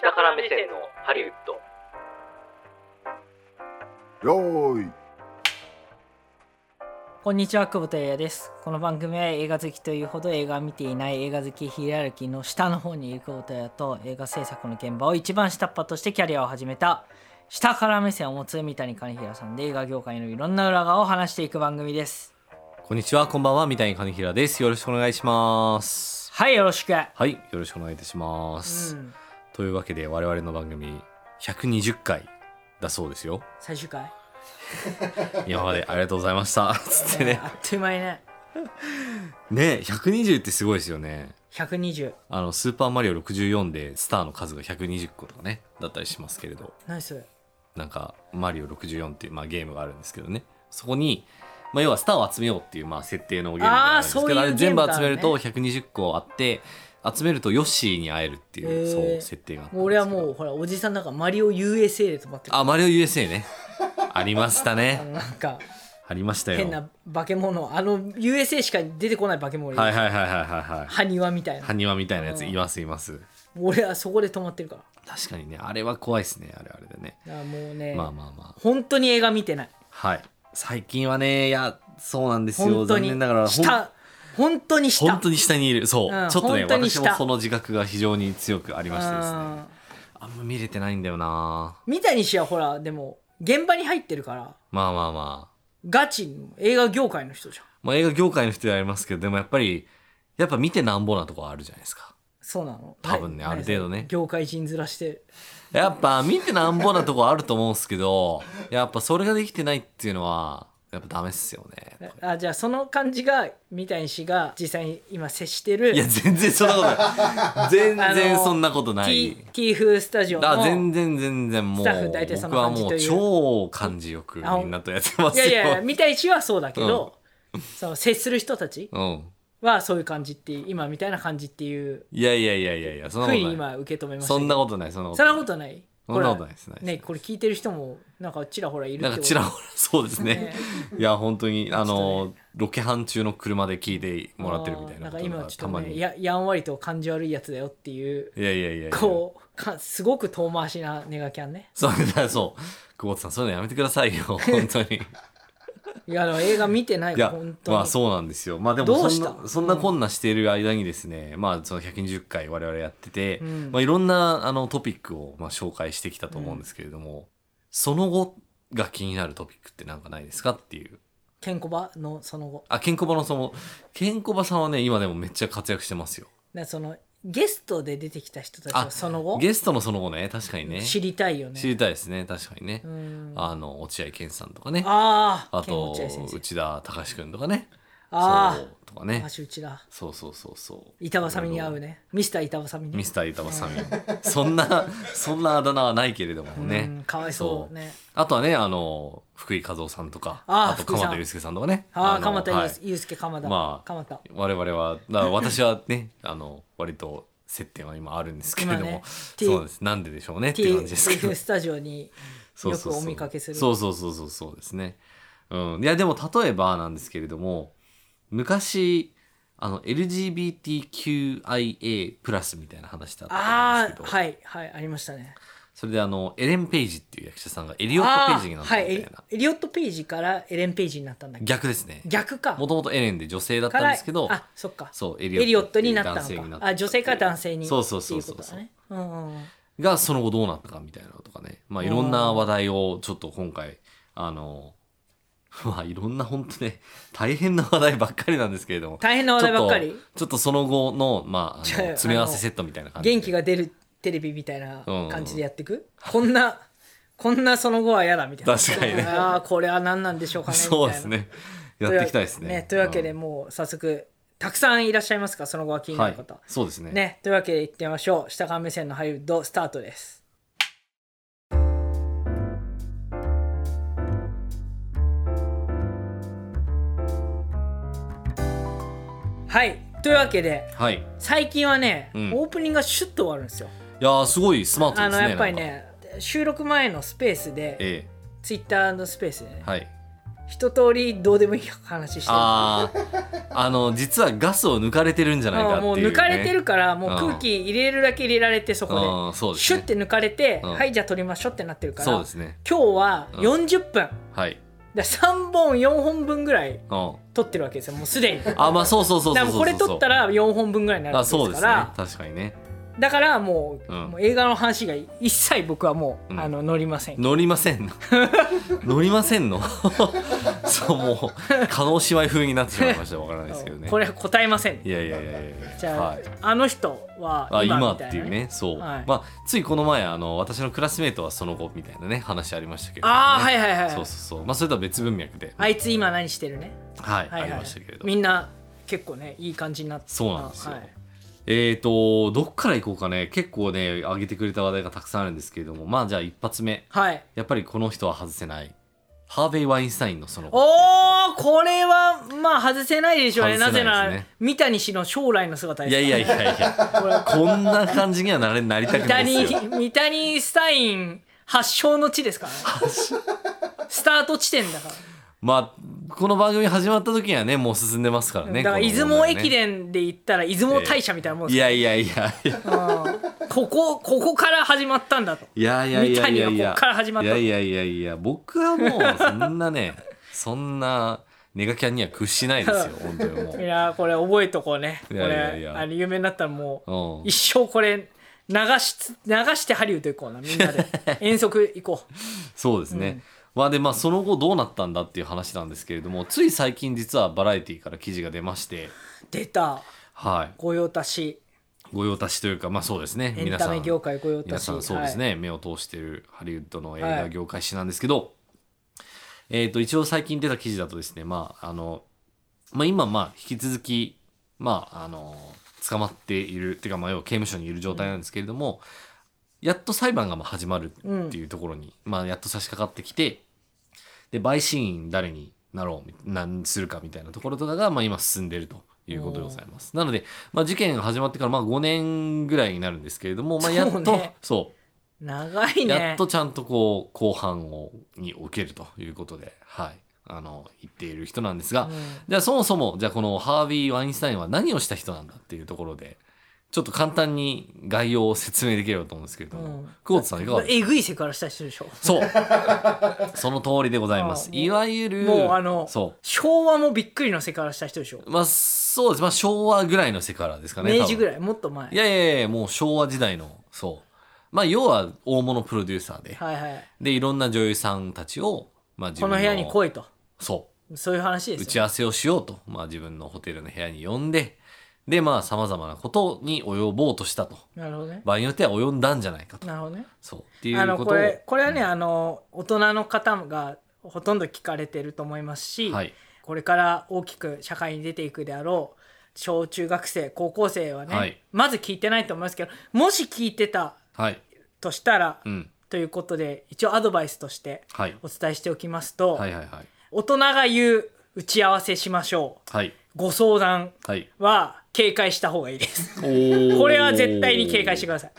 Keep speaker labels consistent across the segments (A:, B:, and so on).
A: 下から目線のハリウッド
B: よーい
C: こんにちは久保田也ですこの番組は映画好きというほど映画を見ていない映画好きヒエラルキーの下の方にいる久保田也と映画制作の現場を一番下っ端としてキャリアを始めた下から目線を持つ三谷兼平さんで映画業界のいろんな裏側を話していく番組です
D: こんにちは、こんばんは、三谷兼平です。よろしくお願いします。
C: はいよろしく、
D: はい、よろしくお願いいたします。
C: うん
D: というわけで、我々の番組120回だそうですよ。
C: 最終回
D: 今までありがとうござい ました。つってね
C: あ。っという間にね
D: ね、120ってすごいですよね。
C: 120
D: あの、スーパーマリオ64でスターの数が120個とかね、だったりしますけれど、
C: ナイス
D: なんか、マリオ64っていう、まあ、ゲームがあるんですけどね。そこに、まあ、要はスターを集めようっていう、まあ、設定のゲームがあるんですけ
C: あー
D: ど、
C: そういう
D: あれ
C: ゲ
D: 全
C: ーム
D: 部
C: があ
D: 集
C: る
D: め
C: ね
D: ると120個あって、集めるとヨッシーに会えるっていう、
C: へー
D: そう、設定があったん
C: も
D: ですけど
C: う俺はもうほらおじさんなんかマリオ USA で止まってる
D: あ、マリオ USA ね。ありました
C: あの
D: ね。
C: なんか
D: ありましたよ。
C: 変な化け物あの USA しか出てこない化け物
D: はいはいはいはいはいはい。
C: ハニワみたいな
D: 埴輪みたいなやつ
C: うん
D: いますいます。
C: 俺はそこで止まってるから
D: 確かにね、あれは怖いですね。あれはあれでね。
C: だからもうね、
D: まあまあまあ。
C: 本当に映画見てない
D: はい。最近はね、いや、そうなんですよ。
C: 本当
D: 残
C: に
D: 念ながら、ほん
C: 下本当に下
D: 本当に下にいる。そう。
C: うん
D: ちょっとね、
C: 本当に
D: 私
C: 下
D: もその自覚が非常に強くありましてですね。
C: うん
D: あんま見れてないんだよな。
C: 三谷氏はほらでも現場に入ってるから
D: まあまあまあ。
C: ガチの映画業界の人じゃん
D: まあ映画業界の人ではありますけど、でもやっぱり、やっぱ見てなんぼなとこあるじゃないですか。
C: そうなの
D: 多分ね
C: な
D: ある程度ね
C: 業界人ずらして
D: やっぱ見てなんぼなとこあると思うんですけど、やっぱそれができてないっていうのは、やっぱダメっすよね。
C: あじゃあその感じが三谷氏が実際に今接して
D: いや、
C: る
D: 全然そんなことない。全然そんなことない
C: T。T 風スタジオ
D: あ
C: の
D: 全然全然もう
C: スタッフ大体そん
D: 僕
C: な
D: は
C: 感じ
D: も
C: という
D: う超感じよくみんなとやってま
C: い
D: すよ
C: やいや三谷氏はそうだけど、その接する人たち
D: うん
C: はそういう感じって今みたいな感じっていう
D: いやいやいやいやいやそんな
C: ふうに
D: ことない
C: 今受け止めました
D: そ
C: けど
D: んなことないそんなこと
C: そん
D: な
C: ないことない
D: そんなことないです
C: こ
D: ない
C: れ
D: です
C: ねこれ聞いてる人もなんかちらほらいる
D: なんかちら
C: ほ
D: ほらそうですね
C: ね
D: いや本 当にあ
C: ちょ
D: のロケハン中の車で聞いてもらってるみたい
C: なん
D: なこ
C: か
D: と
C: 今
D: が
C: ちょ
D: た
C: っと
D: ま
C: ね
D: に
C: ややんわりと感じ悪いやつだよっていう
D: いやいやいやいや
C: こうかすごく遠回しなネガキャンね
D: そう、だからそう。久保田さん、そういうのやめてくださ いよ、本当に。
C: いやあの映画見てない
D: いや
C: 本、当に、
D: まあそうなんですよ。まあでも
C: どう
D: そん
C: し
D: な、
C: た
D: そんなこんなしている間にですね、まあその120回我々やってて、
C: うん
D: まあいろんなあのトピックをまあ紹介してきたと思うんですけれども、その後が気になるトピックってなんかないですかっていう。
C: ケンコバのその後
D: あ、ケンコバのその、ケンコバさんはね、今でもめっちゃ活躍してますよ。
C: なそのゲストで出てきた人たち
D: あ
C: のその後
D: ゲストのその後ね、確かにね。
C: 知りたいよね
D: 知りたいですね、確かにね
C: う。ん
D: あの、落合健さんとかね。あ
C: ああ
D: と
C: 落合先、生
D: 内田隆君とかね。そ
C: あ
D: うとかね
C: あ。足打ちだ
D: そうそうそうそう。
C: 板挟みに合う
D: ね。
C: ねミスター板挟みに
D: ミスター板挟 み。そんな、そんなあだ名はないけれども
C: う
D: ね
C: ん。かわいそうね
D: あとはね、あの、福井和夫さんとか、
C: あー
D: あと
C: 福井さん
D: 鎌田祐介さんとかね。
C: ああ
D: の
C: 鎌田
D: はい
C: 祐介鎌田
D: まあ
C: 鎌田
D: 我々は、だから私はね、 あの、割と接点は今あるんですけれど
C: 今ね
D: も、
C: T-
D: そうなんです。なんででしょうねっていう感じ ですけど
C: TF。スタジオ に
D: そうそうそう
C: よくお見かけする
D: そうそうそうそうそうですね。うん、いやでも例えばなんですけれども昔あの LGBTQIA+ プラスみたいな話だったん
C: あ
D: です
C: あ
D: けど、
C: はいはいありましたね
D: それであのエレン・ペイジっていう役者さんがエリ
C: エ
D: オット・ペイジになったみたいな、
C: エリオット・ページからエレン・ページになったんだっけ
D: 逆ですね
C: 逆か
D: もともとエレンで女性だっ
C: か
D: たん
C: ら
D: ですけど
C: あそっか
D: そうエ
C: エリオット
D: って
C: に
D: いう
C: なった
D: 男性に
C: の
D: なっ
C: か
D: た
C: あ女性から男性に
D: そうそうそうそ
C: っ
D: う
C: ていことだねうんうんうん
D: がその後どうなったかみたいなのとかねまあいろんな話題をちょっと今回あの まあいろんな本当ね大変な話題ばっかりなんですけれども
C: 大変な話題ばっか
D: ちょ
C: り
D: っとちょっとその後の,、まあ、
C: じゃ
D: あ
C: あ
D: の詰め合わせセットみたいな感じで
C: 元気が出るテレビみたいな
D: うん
C: 感じでやっていくこんなこんなその後は嫌だみたいな
D: 確かにね
C: ああこれは何なんでしょうかねみたいな
D: そうですねやっていきたいですね
C: というわけで、
D: うん
C: もう早速たくさんいらっしゃいますかその後は気にな
D: は
C: る
D: い
C: 方、
D: そうですね
C: ねというわけでいってみましょう下側目線のハリウッドスタートですはいというわけで
D: はいい
C: 最近はね、
D: うん
C: オープニングがシュッと終わるんですよ
D: やーすごいスマート
C: あ
D: で
C: の
D: すね
C: やっぱり
D: なんか
C: ね収録前のスペースで
D: え
C: ツイッターのスペースでね
D: えはい
C: 一通りどうでもいい話してる
D: あああの実はガスを抜かれてるんじゃないかっていう、
C: うん
D: ね、
C: もう抜かれてるからもう
D: うん
C: 空気入れるだけ入れられてそこで,、
D: うんそうです
C: シュ
D: ね
C: ッて抜かれて、
D: うん
C: はいじゃあ取りましょうってなってるから
D: そうですね
C: 今日は
D: うん
C: 40分、
D: はい
C: で3本4本分ぐらい
D: うん
C: 取ってるわけですよもうすでにだか
D: あまあそうそうそうそう
C: らも
D: そう
C: うこれ取ったら4本分ぐらいになるわ
D: あ
C: けですか
D: そうですね
C: ら
D: 確かにね
C: だからもう,、
D: うん
C: もう映画の話が一切僕はもう、
D: うん
C: あの乗りません
D: 乗りませんの乗りませんの そうもう加納姉妹風になってしまいましたわからないですけどね
C: これは答えません
D: いやいやいやいやいや
C: じゃあ、
D: はい、
C: あの人は
D: あ
C: 今
D: 今
C: みたいな、
D: っていうねそう、
C: はい
D: まあついこの前あの私のクラスメートはその後みたいなね話ありましたけれども、ね、
C: ああはいはいはい
D: そうそうそうまあそれとは別文脈で、
C: あいつ今何してるね
D: はい
C: はいはい
D: ありましたけれど
C: みんな結構ねいい感じになって
D: そうなんですよ、
C: はい
D: えっ、とどっから行こうかね結構ね上げてくれた話題がたくさんあるんですけれどもまあじゃあ一発目
C: はい
D: やっぱりこの人は外せないハーベイ・ワインスタインのその
C: おーこれはまあ外せないでしょうねな
D: 外
C: ぜ
D: せ
C: な
D: ないですね
C: ら三谷氏の将来の姿です
D: いやいやいやいや
C: これは
D: こんな感じにはなれなりた
C: 三
D: くないですよ
C: 谷三谷スタイン発祥の地ですから ねスタート地点だか
D: まあこの番組始まった時にはねもう進んでますから
C: ら、
D: ね
C: だから
D: この
C: 出
D: 問
C: 雲
D: 題ね
C: 駅伝で行ったら出雲大社みたいなもんで
D: い
C: すか
D: やいやいやいや
C: ら、うんここここから始まったんだと
D: いやいやいやいや
C: 三谷
D: い
C: はこ
D: や
C: っから始まっ
D: い
C: た
D: やいやいやいや僕はもうそんなねそんなネガキャンには屈しないですよ本当にも
C: い やーこれ覚えとこうねこ
D: い
C: れ
D: やいやいや
C: あの有名になったらもう
D: う、うん、
C: 一生これ流しつ流してハリウッド行こうなみんな で遠足行こ
D: そうですね、まあでまあその後どうなったんだっていう話なんですけれどもつい最近実はバラエティから記事が出まして
C: う出た
D: はい
C: 御用達
D: 御用達というかまあそうですね
C: エン
D: 皆
C: タ
D: さ
C: メ
D: ん
C: 業界御用達
D: 皆さんそうですね、目を通してるハリウッドの映画業界誌なんですけど、えー、と一応最近出た記事だとですね、まああのまあ、今まあ引き続き、まあ、あの捕まっているっていうかまあ要は刑務所にいる状態なんですけれども、やっと裁判がまあ始まるっていうところに、まあ、やっと差し掛かってきてで陪審員誰になろうみなんするかみたいなところとかが、まあ、今進んでいるということでございます。なので、まあ、事件が始まってからまあ5年ぐらいになるんですけれども、まあ、やっ
C: そう
D: と
C: ね
D: そう
C: はい長いね
D: やっとちゃんとこう後半をに受けるということで、はい、あの言っている人なんですが、
C: うん
D: じゃあそもそもじゃあこのハービー・ワインスタインは何をした人なんだっていうところでちょっと簡単に概要を説明できればと思うんですけれども、
C: うん
D: 久保田さんいかがですか
C: えぐいセクハラした人でしょ
D: そうその通りでございます
C: あ。もう
D: いわゆる
C: もうあの
D: そ
C: 昭和もびっくりのセクハラした人でしょ
D: うまあそうですまあ昭和ぐらいの世からですかね
C: 明治ぐ
D: い
C: らいもっと前
D: いやいやいやもう昭和時代のそうまあ要は大物プロデューサーで、
C: はいはい
D: でいろんな女優さんたちを、まあ、自
C: こ
D: 分
C: の部屋に来いと
D: そ
C: そういう話
D: う打
C: です
D: ち
C: よ
D: 合わせをしようと、まあ、自分のホテルの部屋に呼んででまあさまざまなことに及ぼうとしたと
C: なるほどね
D: 場合によっては及んだんじゃないかと
C: なるほどね
D: そうってい
C: あ
D: う
C: の
D: こ
C: こと
D: を
C: れこれはね、あの大人の方がほとんど聞かれてると思いますし、
D: はい
C: これから大きく社会に出ていくであろう小中学生高校生はね、
D: はい
C: まず聞いてないと思いますけどもし聞いてた
D: はい
C: としたら、
D: うん
C: ということで一応アドバイスとして
D: はい
C: お伝えしておきますと、
D: はいはいはい
C: 大人が言う打ち合わせしましょう
D: はい
C: ご相談
D: はい
C: は警戒した方がいいです。
D: おー
C: これは絶対に警戒してください。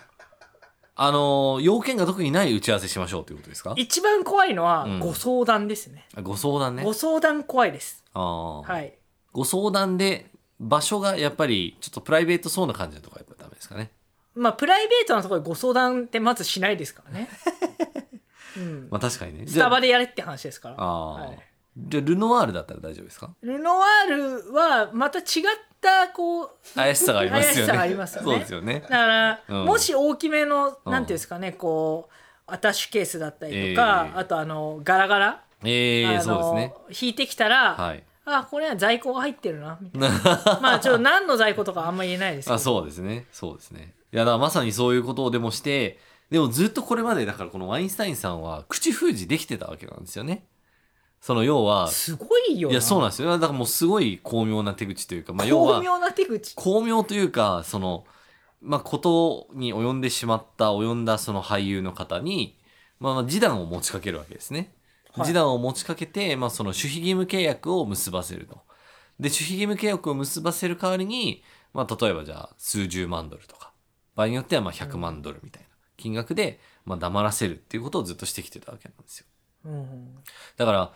D: あのー要件が特にない打ち合わせしましょうということですか
C: 一番怖いのは、
D: うん
C: ご相談ですね。
D: あご相談ね
C: ご相談怖いです。
D: あー
C: はい。
D: ご相談で場所がやっぱりちょっとプライベートそうな感じのとこはやっぱダメですかね
C: まあプライベートなところでご相談ってまずしないですからね。 うん、
D: まあ確かにね
C: スタバ
D: で
C: でやれって話ですから。
D: ああ
C: は
D: ー、
C: い
D: じゃあルノワールだったら大丈夫ですか
C: ルノワールはまた違ったこう
D: 怪しさがありますよね。
C: 怪しさがありますよね
D: そうですよね
C: だ。から、
D: うん
C: もし大きめの
D: うん
C: なんていうんですかねこうアタッシュケースだったりとか、
D: ええ
C: あとあのガラガラ、
D: ええ
C: あの
D: そうですね。
C: 引いてきたら、
D: はい。
C: あこれは在庫が入ってるなみたいな まあちょっと何の在庫とかあんまり言えないですけど
D: あ、そうですね。そうですね。いや、だからまさにそういうことをでもして、でもずっとこれまで、だからこのワインスタインさんは口封じできてたわけなんですよね。その要は、
C: すごいよ
D: いや、そうなんですよ。だからもうすごい巧妙な手口というか、まあ要
C: 巧
D: は、
C: 妙な手口
D: 巧妙というか、その、まあことに及んでしまった、及んだその俳優の方に、まあまあ示談を持ちかけるわけですね。
C: はい
D: 示談を持ちかけて、まあ、その守秘義務契約を結ばせると。で、守秘義務契約を結ばせる代わりに、まあ、例えばじゃあ数十万ドルとか、場合によってはまあ100万ドルみたいな金額で、まあ、黙らせるっていうことをずっとしてきてたわけなんですよ。
C: うん
D: だから、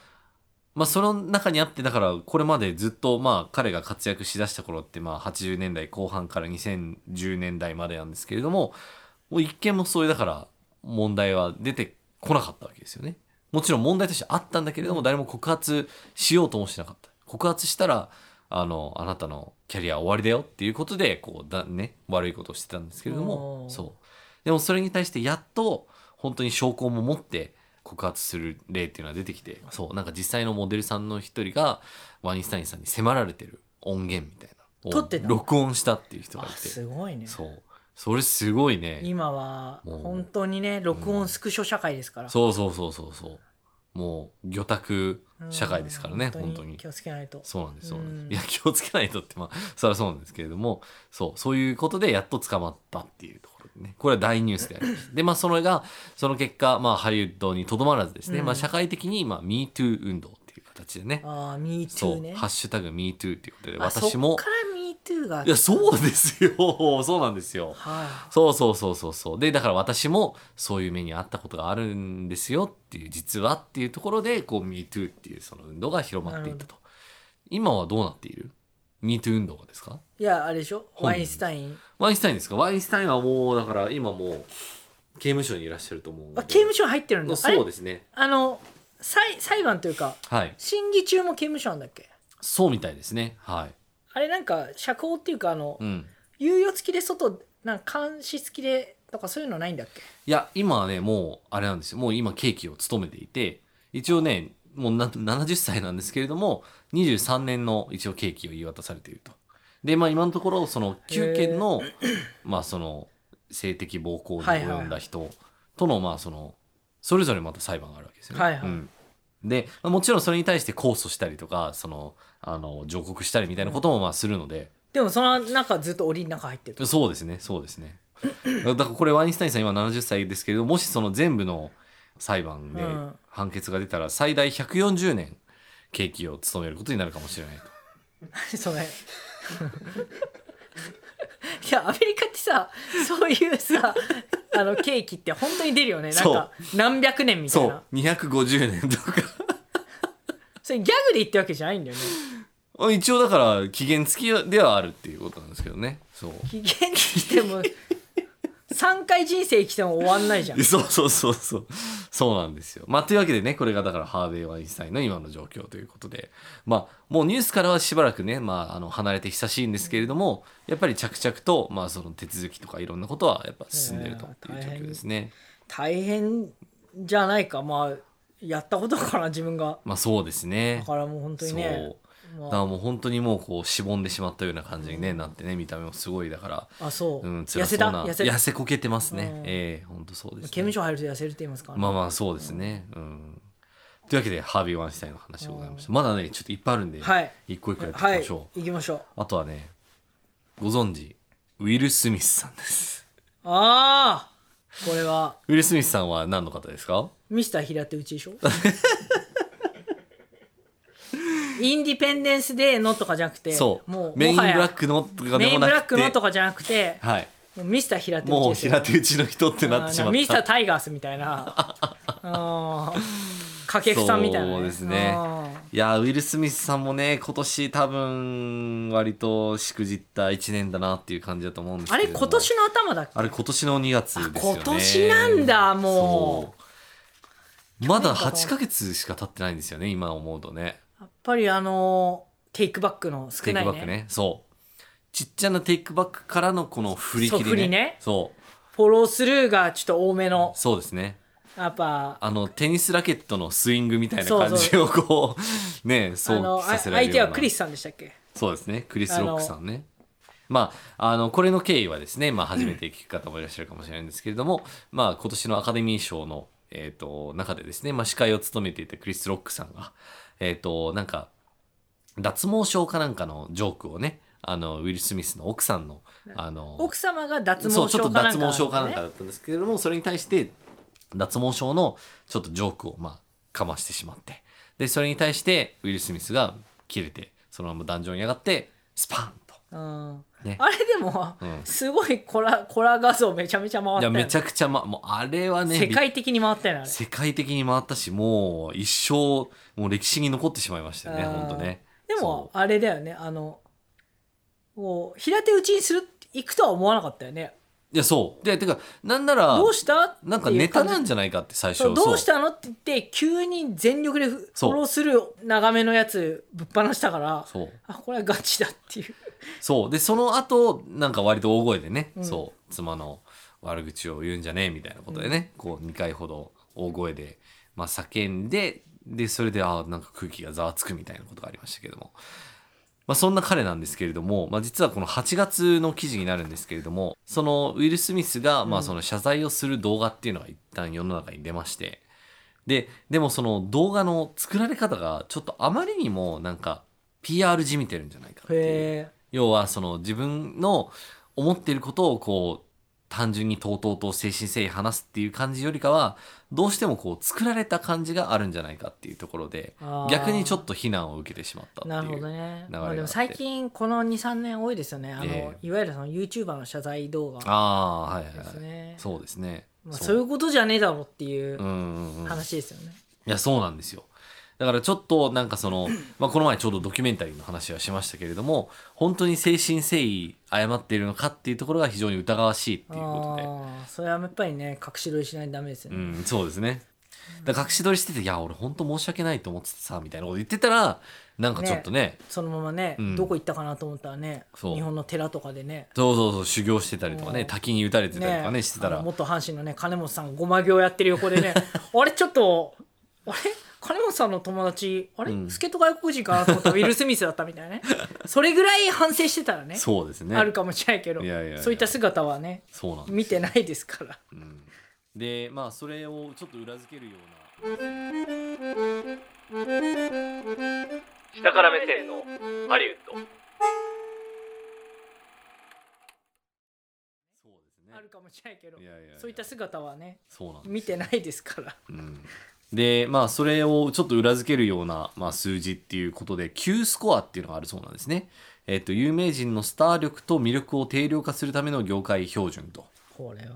D: まあ、その中にあってだからこれまでずっとまあ彼が活躍しだした頃ってまあ80年代後半から2010年代までなんですけれどももう一見もそういうだから問題は出てこなかったわけですよね。もちろん問題としてあったんだけれども誰も告発しようともしなかった。告発したらあのあなたのキャリア終わりだよっていうことでこうだ、ね、悪いことをしてたんですけれど
C: お
D: も
C: ー
D: そうでもそれに対してやっと本当に証拠も持って告発する例っていうのは出てきてそうなんか実際のモデルさんの一人がワインスタインさんに迫られてる音源みたいなを
C: 撮ってた
D: 録音したっていう人がい
C: あ
D: て
C: すごいね
D: そうそれすごいね
C: 今は
D: もう
C: 本当にね録音スクショ社会ですから、
D: そうそうそうそうそうもう魚拓社会ですからね
C: うん
D: 本当に
C: 気をつけないと
D: そうなんですそうなん
C: うん
D: ですいや気をつけないとってまあそれはそうなんですけれどもそうそういうことでやっと捕まったっていうところでねこれは大ニュースでありましたでまあそれがその結果まあハリウッドにとどまらずですね、
C: うん
D: まあ社会的にまあ MeToo 運動っていう形でね
C: ああ MeToo
D: そう、
C: ね
D: ハッシュタグ MeToo っていうことで
C: あ
D: 私も
C: そっから MeToo が
D: いやそうですよ そうなんですよ
C: は
D: そうそうそうそうそうでだから私もそういう目にあったことがあるんですよっていう実はっていうところでこう MeToo っていうその運動が広まっていったと今はどうなっている ?MeToo 運動がですか
C: いいやあれでしょ
D: 本
C: ワインスタイン
D: ワインスタインですかワインスタインはもうだから今もう刑務所にいらっしゃると思うので
C: あ刑務所入ってるんだあれ
D: そうですね
C: あの裁裁判というか
D: はい
C: 審議中も刑務所なんだっけ
D: そうみたいですねはい
C: あれなんか釈放っていうかあの、
D: うん
C: 猶予付きで外なんか監視付きでとかそういうのないんだっけ
D: いや今はねもうあれなんですよもう今刑期を務めていて一応ねもうな70歳なんですけれども23年の一応刑期を言い渡されていると。でまあ今のところその9件の まあその性的暴行に及んだ人とのまあそのそれぞれまた裁判があるわけですよね。
C: はいはい
D: うんでまあもちろんそれに対して控訴したりとかそのあの上告したりみたいなこともまあするので、
C: でもその中ずっと檻の中入ってると
D: そうですねそうですねだからこれワインスタインさん今70歳ですけれどもしその全部の裁判で
C: うん
D: 判決が出たら最大140年刑期を務めることになるかもしれないと
C: 何 それいやアメリカってさそういうさあのケーキって本当に出るよねなんか何百年みたい
D: そ
C: な
D: う250年とか
C: それギャグで言ったわけじゃないんだよね
D: 一応だから期限付きではあるっていうことなんですけどねそう
C: 期限切っても3回人生生きても終わんないじゃん
D: そうそうそうそうそうなんですよまあというわけでねこれがだからハーベイ・ワインスタインの今の状況ということでまあもうニュースからはしばらくね、まあ、あの離れて久しいんですけれどもやっぱり着々と、まあ、その手続きとかいろんなことはやっぱ進んでるという状況ですね。
C: 大変じゃないかまあやったことかな自分が
D: まあそうですね
C: だからもう本当にね
D: そうだか
C: ま
D: らもう本当にもうこうしぼんでしまったような感じに、ねなってね見た目もすごいだから、
C: ああそう、
D: うん、
C: 痩
D: 辛
C: せ
D: そう
C: た
D: な
C: 痩せた
D: 痩せこけてますね、
C: うん
D: ええ本当そうです、ね、
C: 刑務所入ると痩せるって言いますから、
D: まあまあそうですね。うん。というわけで、ハービー・ワインスタインの話でございました。まだね、ちょっといっぱいあるんで、
C: はい
D: 一個一個やっていき
C: はい
D: ましょう。
C: 行きましょう
D: あとはね、ご存知、ウィル・スミスさんです。
C: ああこれは
D: ウィル・スミスさんは何の方ですか
C: ミスター平手打ちでし ょインディペンデンスデーのとかじゃなくて
D: そう。
C: もう
D: メイン
C: も
D: ブ
C: はや
D: ラックのとかで
C: メイ
D: も
C: ンブ
D: な
C: ラッ
D: く
C: ク
D: て。
C: のとかじゃなくて
D: はい。
C: もうミスター平手打ち
D: もう
C: ですよ
D: 平手打ちの人ってなってしま
C: う
D: った。
C: んミスタータイガースみたい なうん掛布さんみたいな、
D: そうですね
C: うん
D: いやーウィル・スミスさんもね今年多分割としくじった1年だなっていう感じだと思うんです
C: あ
D: けれ
C: れ
D: ども
C: 今年の頭だっけ
D: あれ今年の2月ですよね
C: あ今年なんだも
D: そうまだ8ヶ月しか経ってないんですよね今思うとね
C: やっぱりあのテイクバックの
D: テ
C: 少
D: イ
C: な
D: ク
C: いね
D: バックねそうちっちゃなテイクバックからのこの振り切りね
C: そう振りね
D: そう
C: フォロースルーがちょっと多めの
D: そうですね
C: やっぱ
D: あのテニスラケットのスイングみたいな感じ
C: そ
D: をこうねそ
C: あの
D: う
C: あ
D: させられ
C: 相
D: る
C: 手
D: よう
C: は
D: な
C: クリスさんでしたっけ
D: そうですねクリス・ロックさんねまああのこれの経緯はですね、まあ、初めて聞く方もいらっしゃるかもしれないんですけれども、まあ、今年のアカデミー賞の、えー、と中でですね、まあ、司会を務めていたクリス・ロックさんが、えー、となんか脱毛症かなんかのジョークをねあのウィル・スミスの奥さんのあの
C: 奥様が脱
D: そう
C: 毛
D: ちょっ
C: 症
D: と
C: かなん
D: 脱
C: か、
D: 毛症かなんかだったんですけれどもそれに対して脱毛症のちょっとジョークをまあかましてしまってでそれに対してウィル・スミスが切れてそのまま壇上に上がってスパンと
C: うん
D: ね
C: あれでも、
D: うん
C: すごいコラコラ画像めちゃめちゃ回っ
D: い
C: た
D: や
C: よね
D: めちゃくちゃ、ま、もうあれはね
C: 世界的に回ったよねあれ
D: 世界的に回ったしもう一生もう歴史に残ってしまいましたよね
C: あー
D: 本当ね
C: でも
D: そ
C: あれだよねあのこう平手打ちにする行くとは思わなかったよね
D: いやそうでてかなんなら
C: どうした
D: なんかネタなん
C: じ
D: じゃないかって最初
C: そうどうしたのって言って急に全力でフ
D: そう
C: ォローする長めのやつぶっ放したから
D: そうそう
C: あこれはガチだっていう
D: そうでその後なんか割と大声でね、
C: うん
D: そう妻の悪口を言うんじゃねえみたいなことでね、こう2回ほど大声で、まあ、叫んででそれであーなんか空気がざわつくみたいなことがありましたけども、まあ、そんな彼なんですけれども、まあ、実はこの8月の記事になるんですけれどもそのウィル・スミスが、ま
C: う
D: あ、
C: ん
D: その謝罪をする動画っていうのが一旦世の中に出ましてででもその動画の作られ方がちょっとあまりにもなんか PR じみてるんじゃないかっていう。
C: へ
D: 要はその自分の思っていることをこう単純にとうとうと精神誠意話すっていう感じよりかはどうしてもこう作られた感じがあるんじゃないかっていうところで
C: あー
D: 逆にちょっと非難を受けてしまったっていう
C: なるほどね、
D: 流れが
C: ま
D: あっ
C: あ、
D: て
C: でも最近この23年多いですよねあの、
D: え
C: いわゆるその YouTuber の謝罪動画
D: ああはいはい、
C: です
D: はい、
C: ね
D: そうですね、
C: まあ、そういうことじゃねえだろっていう
D: うんうんうん
C: 話ですよね、
D: いや、そうなんですよ。だからちょっとなんか その、まあ、この前ちょうどドキュメンタリーの話はしましたけれども、本当に誠心誠意誤っているのかっていうところが非常に疑わしいっていうことで。
C: ああそれはやっぱりね隠し撮りしないとダメですよ
D: う
C: ね、
D: ん、そうですね。だから隠し撮りしてて、いや、俺本当申し訳ないと思っててさ、みたいなこと言ってたら、なんかちょっとね、
C: そのままね、
D: うん
C: どこ行ったかなと思ったらね
D: そう
C: 日本の寺とかでね
D: そうそうそう、修行してたりとか
C: う
D: ね、
C: ん
D: 滝に打たれてたりとかね、してた
C: あ
D: ら
C: の、元阪神のね金本さんごま行やってる横で ねあれちょっとあれ金本さんの友達あれ、
D: うん
C: 助っ人外国人かなと思ったらウィル・スミスだったみたい なねそれぐらい反省してたらね
D: そうですね。
C: あるかもしれないけど
D: いやいやいや
C: そういった姿はね
D: そうなんですよ
C: 見てないですから
D: うんで、まあ、それをちょっと裏付けるような。
A: 下から目線のハリウッド
D: そうですね。
C: あるかもしれないけど
D: いやいやや
C: そういった姿はね
D: そうなんです
C: 見てないですから
D: うんでまあそれをちょっと裏付けるような、まあ、数字っていうことで Q スコアっていうのがあるそうなんですね。えっと有名人のスター力と魅力を定量化するための業界標準と
C: これは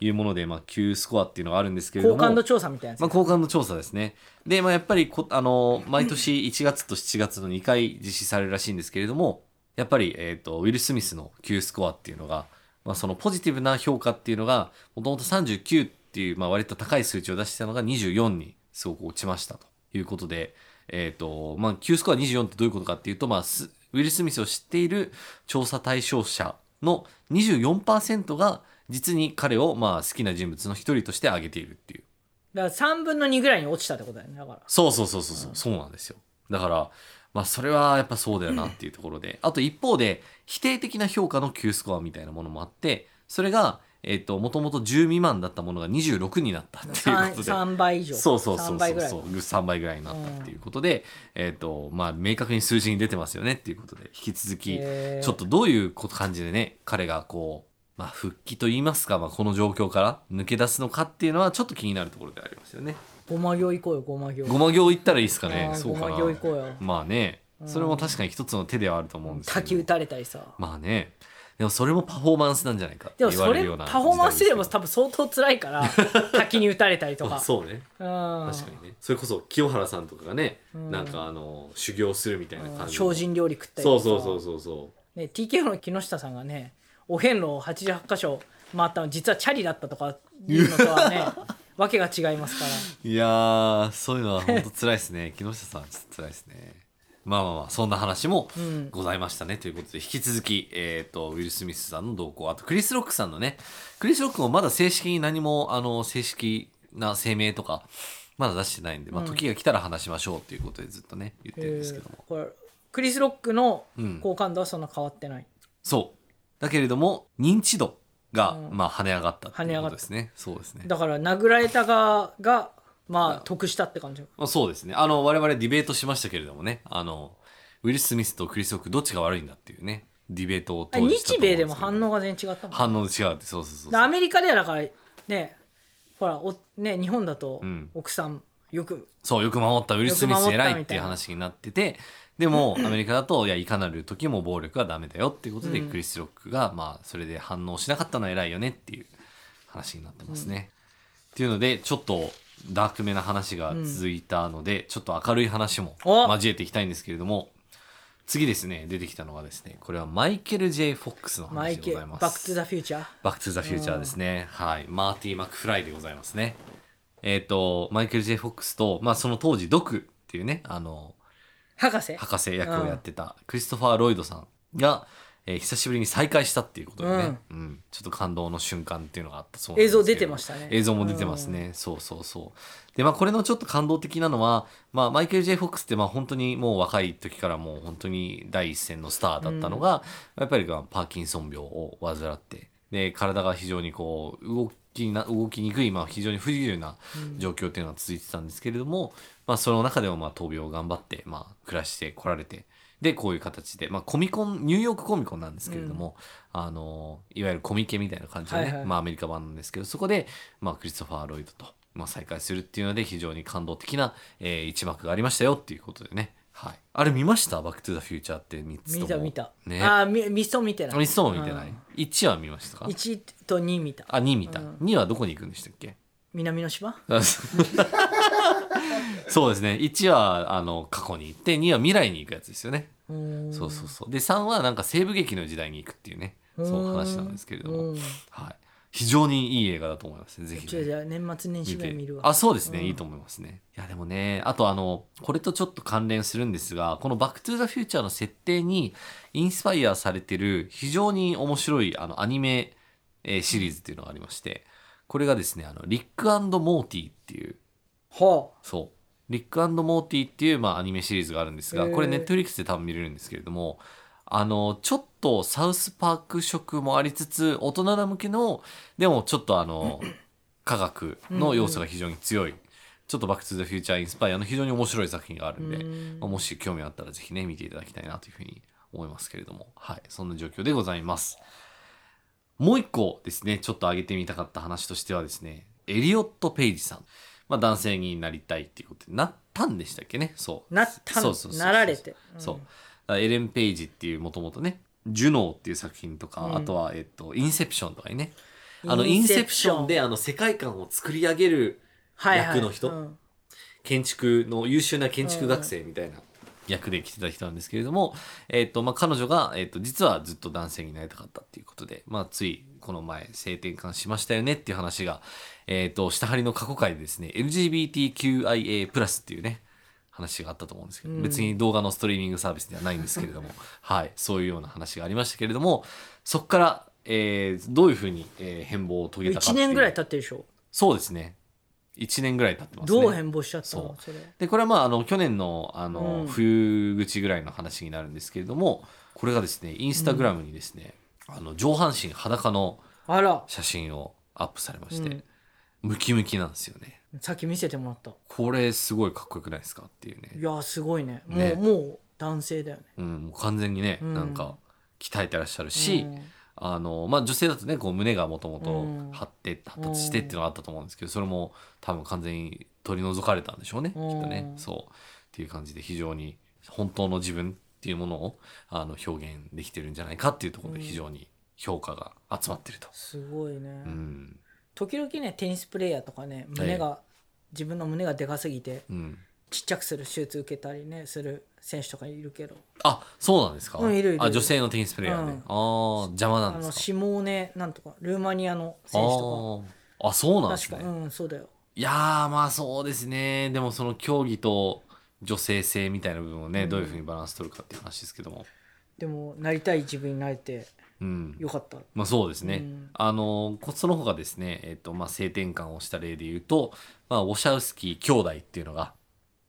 D: いうもので、まあ、Q スコアっていうのがあるんですけれど
C: 好
D: も
C: 感度調査みたいなやつ
D: まあ、好感度調査ですね。で、まあ、やっぱりこ、あの、毎年1月と7月の2回実施されるらしいんですけれども、やっぱり、えっ、と、ウィル・スミスの Q スコアっていうのが、まあ、そのポジティブな評価っていうのが、もともと39っていう、まあ、割と高い数値を出してたのが24にすごく落ちましたということで、えっ、と、まあ、Q スコア24ってどういうことかっていうと、まあ、スウィル・スミスを知っている調査対象者の24%が、実に彼を、まあ、好きな人物の一人として挙げているっていう。
C: だから3分の2ぐらいに落ちたってことだよねだから
D: そうそうそうそうそう、そうなんですよだからまあそれはやっぱそうだよなっていうところで、あと一方で否定的な評価の Q スコアみたいなものもあってそれがえっ、ともともと10未満だったものが26になったっていうこ
C: 3,
D: とで
C: 3倍以上
D: そうそうそ
C: 3
D: う
C: 倍
D: そ
C: ぐ
D: う
C: らい
D: そう3倍ぐらいになったっていうことで、えっ、とまあ明確に数字に出てますよねっていうことで引き続き
C: へー
D: ちょっとどういうこ感じでね彼がこうまあ復帰と言いますか、まあ、この状況から抜け出すのかっていうのはちょっと気になるところでありますよね。
C: ごま行行こうよごま行
D: ごま行行ったらいいですかね
C: あ。ー
D: そうか
C: ご
D: な
C: ま行行こうよ
D: まあね、
C: うん
D: それも確かに一つの手ではあると思うんですけど。
C: 滝打たれたりさ
D: まあね、でもそれもパフォーマンスなんじゃないかって
C: で
D: 言
C: もそ
D: われ
C: れ
D: るような
C: パフォーマンスでも
D: 時代
C: 多分相当辛いから 滝に打たれたりと
D: ですけど
C: か
D: あそうね。
C: うん
D: 確かにね。それこそ清原さんとかがね、
C: うん
D: なんかあの修行するみたいな
C: う
D: 感
C: ん
D: じの。
C: 精進料理食ったり
D: そ
C: と
D: う
C: か
D: そうそうそうそ
C: ね、TKO の木下さんがねお遍路を88箇所回ったの実はチャリだったとかいうのとは ねわけが違いますから
D: う。いやー、そういうのは本当辛いですね。 木下さんちょっと辛いですね。まあまあまあそんな話も
C: うん
D: ございましたね、ということで引き続き、えー、とウィル・スミスさんの動向あとクリス・ロックさんのねクリス・ロックもまだ正式に何もあの正式な声明とかまだ出してないんで、まあ、
C: うん
D: 時が来たら話しましょうということでずっとね言ってるんですけども、
C: えーこれクリス・ロックの
D: うん
C: 好感度はそんな変わってない、
D: そうだけれども認知度が、
C: うん
D: まあ、跳ね上がったって
C: 跳ね
D: いう
C: 上
D: こ
C: がっ
D: と
C: た
D: ですねそうですね、
C: だから殴られた側がまあ得したって感じ
D: まあ、そうですねあの我々ディベートしましたけれどもねあのウィル・スミスとクリス・ロックどっちが悪いんだっていうねディベートを
C: あ
D: 当時したと
C: 日
D: 思うん
C: 米ですも
D: けど
C: 反応が全然違ったもん
D: 反応違うってそうそうそうそう
C: でアメリカではだからねほらおね日本だと
D: うん
C: 奥さんよく、
D: そう、よく守ったウィル・スミ
C: よ
D: ス
C: く守った
D: 偉いっていう話になってて、でもアメリカだといやいかなる時も暴力はダメだよっていうことで、
C: うん
D: クリス・ロックがまあそれで反応しなかったのは偉いよねっていう話になってますね。っていうのでちょっとダークめな話が続いたので、ちょっと明るい話も
C: お
D: 交えていきたいんですけれども次ですね出てきたのがですねこれはマイケル・ J ・フォックスの
C: マ
D: 話
C: イ
D: で
C: ケル、
D: ござい
C: バ
D: ます。
C: ック・トゥ・ザ・フューチャー。
D: バック・トゥ・ザ・フューチャーですね。はい。マーティー・マックフライでございますね。えっ、と、マイケル・ジェイ・フォックスと、まあ、その当時、ドクっていうね、あの、
C: 博士。
D: 博士役をやってたクリストファー・ロイドさんが、えー久しぶりに再会したっていうことでね、うんちょっと感動の瞬間っていうのがあったそうなん
C: 映
D: ですけど
C: 像出てましたね。
D: 映像も出てますね、そうそうそうでまあこれのちょっと感動的なのは、まあ、マイケル・ J ・フォックスってまあ本当にもう若い時からもう本当に第一線のスターだったのが、やっぱりまあパーキンソン病を患ってで体が非常にこう動きな動きにくい、まあ、非常に不自由な状況っていうのは続いてたんですけれども、まあ、その中でもまあ闘病を頑張って、まあ、暮らしてこられてでこういう形で、まあ、コミコンニューヨークコミコンなんですけれども、あのいわゆるコミケみたいな感じのね、
C: はいはい
D: まあ、アメリカ版なんですけどそこで、まあ、クリストファー・ロイドと、まあ、再会するっていうので非常に感動的な、えー一幕がありましたよっていうことでね、はい、あれ見ました「バック・トゥ・ザ・フューチャー」って3つとも
C: 見た見た。
D: ね
C: ああ、みミスト見てない。
D: 一層も見てない
C: うん
D: 1は見ましたか
C: 1と2見た。
D: あ2見た、
C: うん
D: 2はどこに行くんでしたっけ
C: 南の島
D: あそう そうですね1はあの過去に行って2は未来に行くやつですよねそうそうそうで3はなんか西部劇の時代に行くっていうねそう話なんですけれども、
C: うん
D: はい、非常にいい映画だと思いますねぜひ
C: じゃあじ
D: ね
C: ゃあ年末年始
D: 見
C: ぐら
D: て
C: い見るわ。
D: あそうですね、
C: うん
D: いいと思いますねいやでもねあとあのこれとちょっと関連するんですがこの「バック・トゥ・ザ・フューチャー」の設定にインスパイアされてる非常に面白いあのアニメ、えーシリーズっていうのがありましてこれがですねあのリックモーティーっていう
C: ほ
D: そう。リックモーティーっていう、まあ、アニメシリーズがあるんですが、
C: へー
D: これネットフリックスで多分見れるんですけれども、あの、ちょっとサウスパーク色もありつつ、大人向けの、でもちょっと あの、科学の要素が非常に強い、ちょっとバックトゥザフューチャーインスパイアの非常に面白い作品があるんで、
C: うん
D: まあもし興味あったらぜひね、見ていただきたいなというふうに思いますけれども、はい、そんな状況でございます。もう一個ですね、ちょっと上げてみたかった話としてはですね、エリオット・ペイジさん。まあ男性になりたいっていうことになったんでしたっけね、そ
C: う。
D: う。
C: なった
D: そ
C: の
D: うそうそうそう
C: なられて。ん
D: そう。だからエレン・ペイジっていうもともとね、ジュノーっていう作品とか、
C: うん
D: あとは、えっと、インセプションとかにね、あの、イ
C: イン
D: ン
C: セ
D: セ
C: プ
D: プ
C: シ
D: シ
C: ョン
D: ョンであの世界観を作り上げる
C: はいはい
D: 役の人
C: うん
D: 建築の優秀な建築学生みたいな役で来ていただきたんですけれども、えっとまあ、彼女が、えっと実はずっと男性になりたかったっていうことで、まあ、ついこの前性転換しましたよねっていう話が、えっと下張りの過去回でですね LGBTQIA+ っていうね話があったと思うんですけど、
C: うん
D: 別に動画のストリーミングサービスではないんですけれども、 はい、そういうような話がありましたけれどもそこから、えーどういうふうに、えー変貌を遂げたかって
C: 1
D: いう
C: 年ぐらい経ってるでしょ。
D: そうですね1年ぐらい経ってますね
C: どう変貌しちゃったの
D: そう
C: それ。
D: でこれはまああの去年のあの、
C: うん
D: 冬口ぐらいの話になるんですけれどもこれがですねインスタグラムにですね、あの上半身裸の
C: あら、
D: 写真をアップされまして、
C: うん
D: ムキムキなんですよね
C: さっき見せてもらった。
D: これすごいかっこよくないですかっていう
C: い
D: ね、
C: やー、すごいね。も
D: ね
C: う、もう男性だよね。
D: うん、もう完全にね、
C: うん
D: なんか鍛えてらっしゃる
C: う
D: し、
C: ん
D: あのまあ、女性だとねこう胸がもとも
C: うん
D: と張って発達してっていうのがあったと思うんですけどそれも多分完全に取り除かれたんでしょうねきっ
C: うん
D: とね。そうっていう感じで非常に本当の自分っていうものをあの表現できてるんじゃないかっていうところで非常に評価が集まってると。
C: すごいね。
D: うん
C: 時々ねテニスプレーヤーとかね胸が、自分の胸がでかすぎて
D: うん、
C: ちっちゃくする手術受けたりねする選手とかいるけど
D: あそうなんですか、
C: うんいるいるいる
D: あ女性のテニスプレーヤーね、
C: うん
D: ああ邪魔な
C: あ
D: んで
C: の
D: すか
C: シモーネなんとかルーマニアの
D: あ
C: 選手と
D: ーあそう
C: か
D: なんです
C: 確か
D: ね。
C: うんそうだよ
D: いやーまあそうですねでもその競技と女性性みたいな部分をね、
C: うん
D: どういうふうにバランス取るかっていう話ですけども、
C: でもなりたい自分になれて
D: うん、
C: よかった
D: まあそうですね、
C: うん
D: あのこその方がですね、えっとまあ、性転換をした例で言うと、まあ、ウォシャウスキー兄弟っていうのが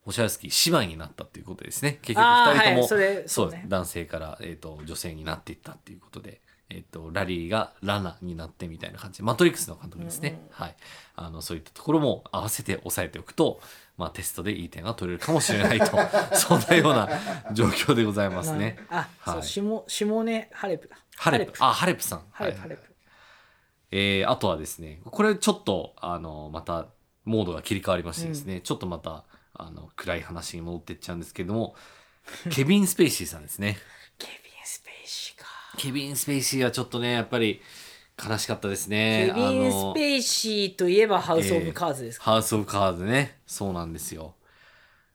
D: ウォシャウスキー姉妹になったっていうことですね結局
C: あ
D: 2
C: ー
D: 人とも、
C: はいそれ
D: そう
C: そうね
D: 男性から、えっと女性になっていったっていうことで、えっとラリーがラナになってみたいな感じマトリックスの監督ですね、
C: うんうん
D: はい、あのそういったところも合わせて押さえておくと、まあ、テストでいい点が取れるかもしれ ないとそんなような状況でございますね。
C: あ、
D: は
C: そ
D: いう
C: シモシモーネハレプだ
D: ハレプあハレプさん
C: ハレプ
D: は
C: ハ
D: い
C: レプ
D: えーあとはですね、これちょっと、あの、また、モードが切り替わりましてですね、ちょっとまた、あの、暗い話に戻ってっちゃうんですけれども、ケビン・スペイシーさんですね。
C: ケビン・スペイシーか。
D: ケビン・スペイシーはちょっとね、やっぱり悲しかったですね。
C: ケビン・ス
D: イ
C: ペイシーといえばハウス・オブ・カーズですか、
D: ハウス・オブ・カーズね。そうなんですよ。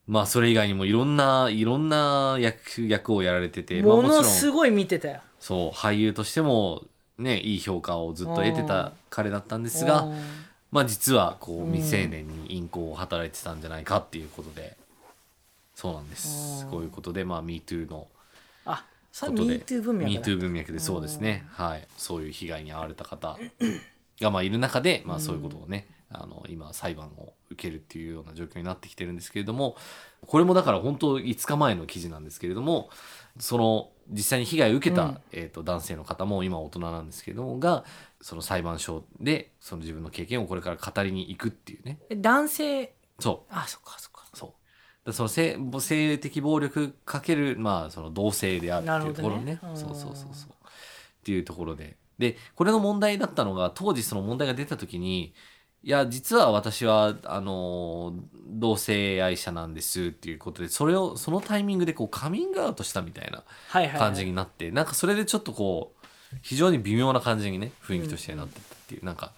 D: まあ、それ以外にもいろんな、いろんな役、役をやられてて、まあ
C: も
D: もち
C: の
D: ろん、
C: すごい見てたよ。
D: そう、俳優としても、ね、いい評価をずっと得てた彼だったんですが、
C: うん
D: まあ実はこ
C: うん
D: う未成年に淫行を働いてたんじゃないかっていうことで、そうなんです
C: う。ん
D: こういうことで、まあ MeToo の
C: あそ
D: こ
C: れ
D: とで
C: MeToo 文脈だ。
D: MeToo 文脈でそうですね、はい、そういう被害に遭われた方がまあいる中で、まあ、そういうことをね、あの今裁判を受けるっていうような状況になってきてるんですけれどもこれもだから本当5日前の記事なんですけれどもその実際に被害を受けた、
C: うん
D: えー、と男性の方も今大人なんですけれどもがその裁判所でその自分の経験をこれから語りに行くっていうね
C: え男性、
D: そう
C: あ、そっかそっか。
D: そう。だその性性的暴力かける、まあ、その同性であるっていうところね
C: なるほどね
D: そううんそうそうそう。っていうところで。で、これの問題だったのが、当時その問題が出た時に、いや、実は私は、あの、同性愛者なんですっていうことで、それを、そのタイミングでこうカミングアウトしたみたいな
C: はいはい、はい。
D: 感じになって、なんかそれでちょっとこう、非常に微妙な感じにね、雰囲気としてなってったっていう、なんか、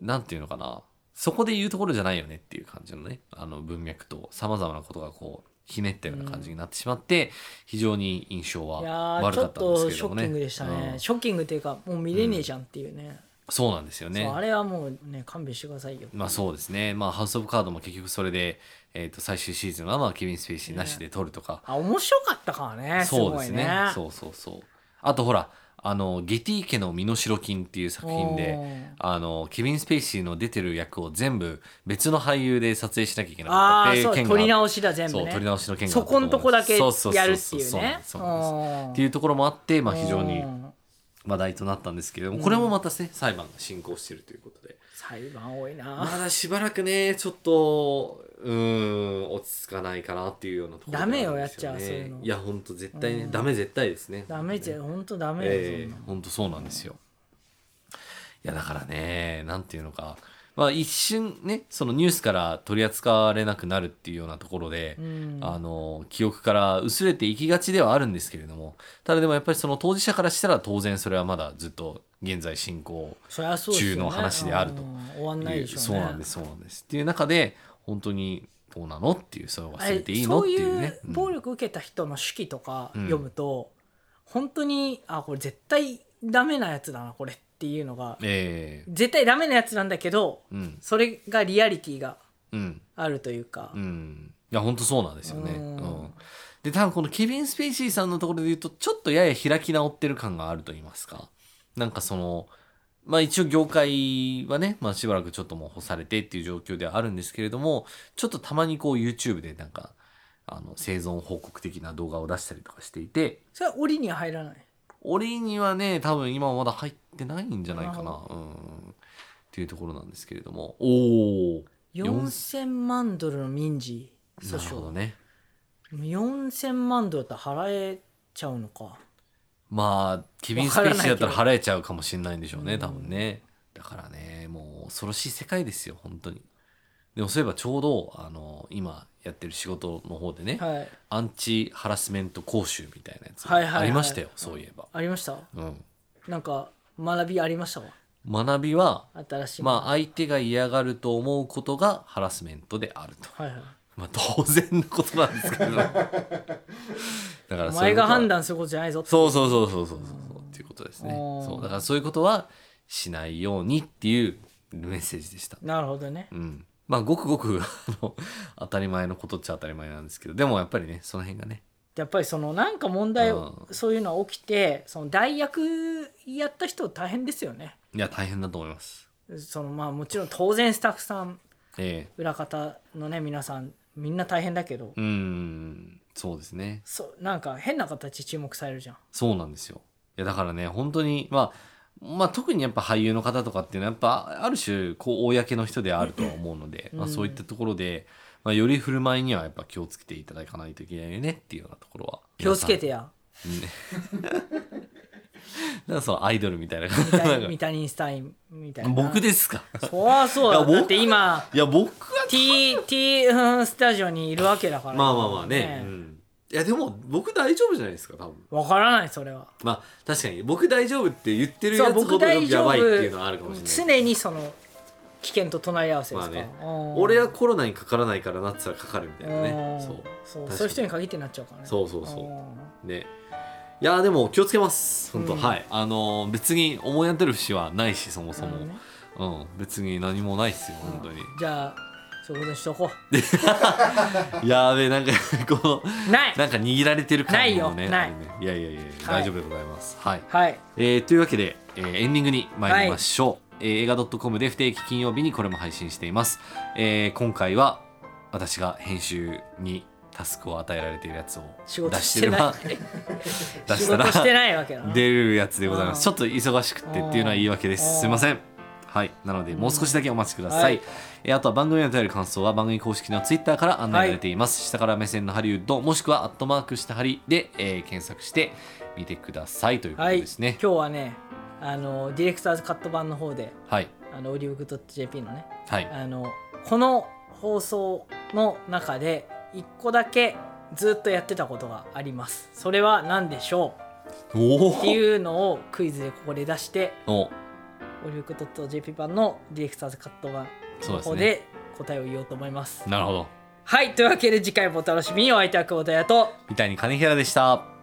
D: なんていうのかな、そこで言うところじゃないよねっていう感じのね、あの文脈と様々なことがこう、ひねったような感じになってしまって、非常に印象はい
C: やー
D: 悪
C: ちょ
D: かっ
C: った
D: んです
C: と
D: けれ
C: シ
D: ど
C: ョ
D: も
C: ッキングで
D: ね
C: したね、
D: うん
C: ショッキングっていうかもう見れねえじゃんっていうね,
D: そうなんですよ
C: そう、
D: ね。
C: あれはもうね勘弁してくださいよ
D: まあそうですね。まあハウス・オブ・カードも結局それで、えっ、と、最終シーズンはまあケビン・スペイシーなしで撮るとか、
C: あ面白かったからねす
D: そう
C: ご
D: で
C: い
D: す
C: ね
D: ねそうそうそうあとほらあのゲティ家の身代金っていう作品
C: お
D: で
C: ー
D: あのケビン・スペイシーの出てる役を全部別の俳優で撮影しなきゃいけなかった
C: あ
D: っ
C: あ
D: ていう
C: そう
D: 件が
C: 取り直しだ全部
D: そう
C: ね
D: 撮り直しの件があ
C: そ
D: ったと
C: こ
D: 思
C: ん
D: う
C: とこだけ
D: そうそうそう
C: やるっていう
D: そうなん
C: ね
D: ですそうなんです
C: うん
D: っていうところもあって、まあ、非常に
C: うん
D: 話題となったんですけれどもこれもまたね裁判が進行してるということで
C: 裁判多い
D: ま
C: な
D: だしばらくねちょっとうーん落ち着かないかなっていうようなところではあるんですよ
C: ダメよやっちゃ
D: ね
C: そういうの
D: いやほんと絶対ね
C: うん
D: ダメ絶対ですね
C: ダメじゃ本当ダメよ、そ
D: ええ
C: んなの
D: 本当そうなんですよ。いやだからねなんていうのか、まあ、一瞬ねそのニュースから取り扱われなくなるっていうようなところで、
C: うん
D: あの記憶から薄れていきがちではあるんですけれどもただでもやっぱりその当事者からしたら当然それはまだずっと現在進行
C: そりゃそうですよね
D: 中の話であると
C: うん終わんないいうでしょうね
D: そうなんですそうなんですっていう中で本当にどうなのっていうそれを忘れていいのっ
C: あ
D: て
C: れ
D: いうね。
C: そういう暴
D: うん
C: 力受けた人の手記とか
D: うん
C: 読むと、本当にあこれ絶対ダメなやつだなこれっていうのが
D: ええ
C: 絶対ダメなやつなんだけど
D: うん
C: それがリアリティが
D: うん
C: あるというか、
D: うん、いや本当そうなんですよね。
C: う
D: うんんで多分このケビン・スペイシーさんのところで言うとちょっとやや開き直ってる感があると言いますかなんかそのまあ一応業界はね、まあ、しばらくちょっともう干されてっていう状況ではあるんですけれどもちょっとたまにこう YouTube でなんかあの生存報告的な動画を出したりとかしていて
C: それは檻には入らない
D: 折にはね多分今はまだ入ってないんじゃないか
C: なる
D: な。うんっていうところなんですけれどもおお
C: 4000万ドルの民事訴
D: なるほど
C: 訟、
D: ね。
C: 4000万ドルだったら払えちゃうのか
D: まあケビン・スペイシーだったら払えちゃうかもしれないんでしょうね
C: わか
D: 多
C: らないけど
D: 分ねだからねもう恐ろしい世界ですよ本当にでもそういえばちょうどあの今やってる仕事の方でね、
C: はい
D: アンチハラスメント講習みたいなやつ
C: はいはいはい
D: ありましたよ、そういえば、
C: ありました
D: うん、
C: なんか学びありましたわ
D: 学びは
C: 新しい
D: まあ相手が嫌がると思うことがハラスメントであると
C: あ、はいはい、
D: まあ当然のことなんですけどだから
C: お
D: そう
C: 前
D: いうこと
C: が
D: は
C: 判断することじゃないぞって
D: そうそうそうそうそうそうそうっていうことですね。
C: うん
D: そうだからそういうことはしないようにっていうメッセージでした。
C: なるほどね
D: うん。まあごくごくあの当たり前のことっちゃ当たり前なんですけど、でもやっぱりねその辺がね。
C: やっぱりそのなんか問題、
D: うん
C: そういうのは起きてその代役やった人大変ですよね
D: いや大変だと思います。
C: そのまあもちろん当然スタッフさん
D: え
C: 裏方のね皆さんみんな大変だけど、
D: えうんそうですね。
C: そうなんか変な形注目されるじゃん
D: そうなんですよ。いやだからね本当にまあまあ特にやっぱ俳優の方とかっていうのはやっぱある種こう公の人であるとは思うので、まあ、そういったところで、まあ、より振る舞いにはやっぱ気をつけていただかないといけないよねっていうようなところは
C: 気をつけてや
D: なんかそのアイドルみたいな
C: 三谷
D: なん
C: 三
D: か
C: 谷スタインみたいな
D: 僕ですか
C: そうはそうだ
D: いや僕
C: だって今
D: いや僕は
C: T, T うんスタジオにいるわけだから
D: まあまあまあね、うんいやでも僕大丈夫じゃないですか多分
C: わからないそれは
D: まあ確かに僕大丈夫って言ってる
C: そ
D: や
C: う
D: つほ
C: 僕
D: ど
C: 大
D: や
C: 丈
D: ばい
C: 夫
D: っていうのはあるかもしれない
C: 常にその危険と隣り合わせですから、
D: ま
C: うん
D: 俺はコロナにかからないからなってたらかかるみたいなね
C: うん
D: そう
C: そう
D: 確かに
C: そういう人に限ってなっちゃうからね
D: そうそうそうんねいやーでも気をつけます本当、
C: うん
D: はいあのー別に思い当たる節はないしそもそ
C: なる
D: も、
C: ほどね
D: うん別に何もないっすよ本当に、
C: じゃあそういうことにしとこ
D: やーべえなんか こ
C: うないう
D: なんか握られてる感
C: ない
D: も
C: よ
D: ね
C: ない
D: あるねいやいやいや、
C: はい
D: 大丈夫でございますはい
C: はい
D: えーというわけで、えーエンディングに参りましょう、えー映画 .com で不定期金曜日にこれも配信しています、えー今回は私が編集にタスクを与えられているやつを
C: 仕事
D: 出し
C: してて
D: れ
C: な
D: ば
C: い
D: 出
C: 仕
D: した
C: 事して
D: ら
C: ないわけだな
D: 出るやつでございますち
C: う
D: ょっと忙しくってっていうのは言い訳で
C: うん
D: すすいませんはいなのでもう少しだけお待ちください、
C: はい
D: えーあとは番組へのお便り感想は番組公式のツイッターから案内されています、下から目線のハリウッドもしくはアットマークしたハリで、えー検索して見てくださいということ
C: はい
D: ですね
C: 今日はねあのディレクターズカット版の方で
D: はい
C: あのオリブク .jp のね
D: はい
C: あのこの放送の中で一個だけずっとやってたことがありますそれは何でしょ
D: お
C: うっていうのをクイズでここで出して
D: お
C: オリブク .jp 版のディレクターズカット版
D: そ
C: の
D: うです
C: 方
D: ね
C: で答えを言おうと思います
D: なるほど
C: はいというわけで次回もお楽しみにお相手は久保田屋と
D: 三谷金平でした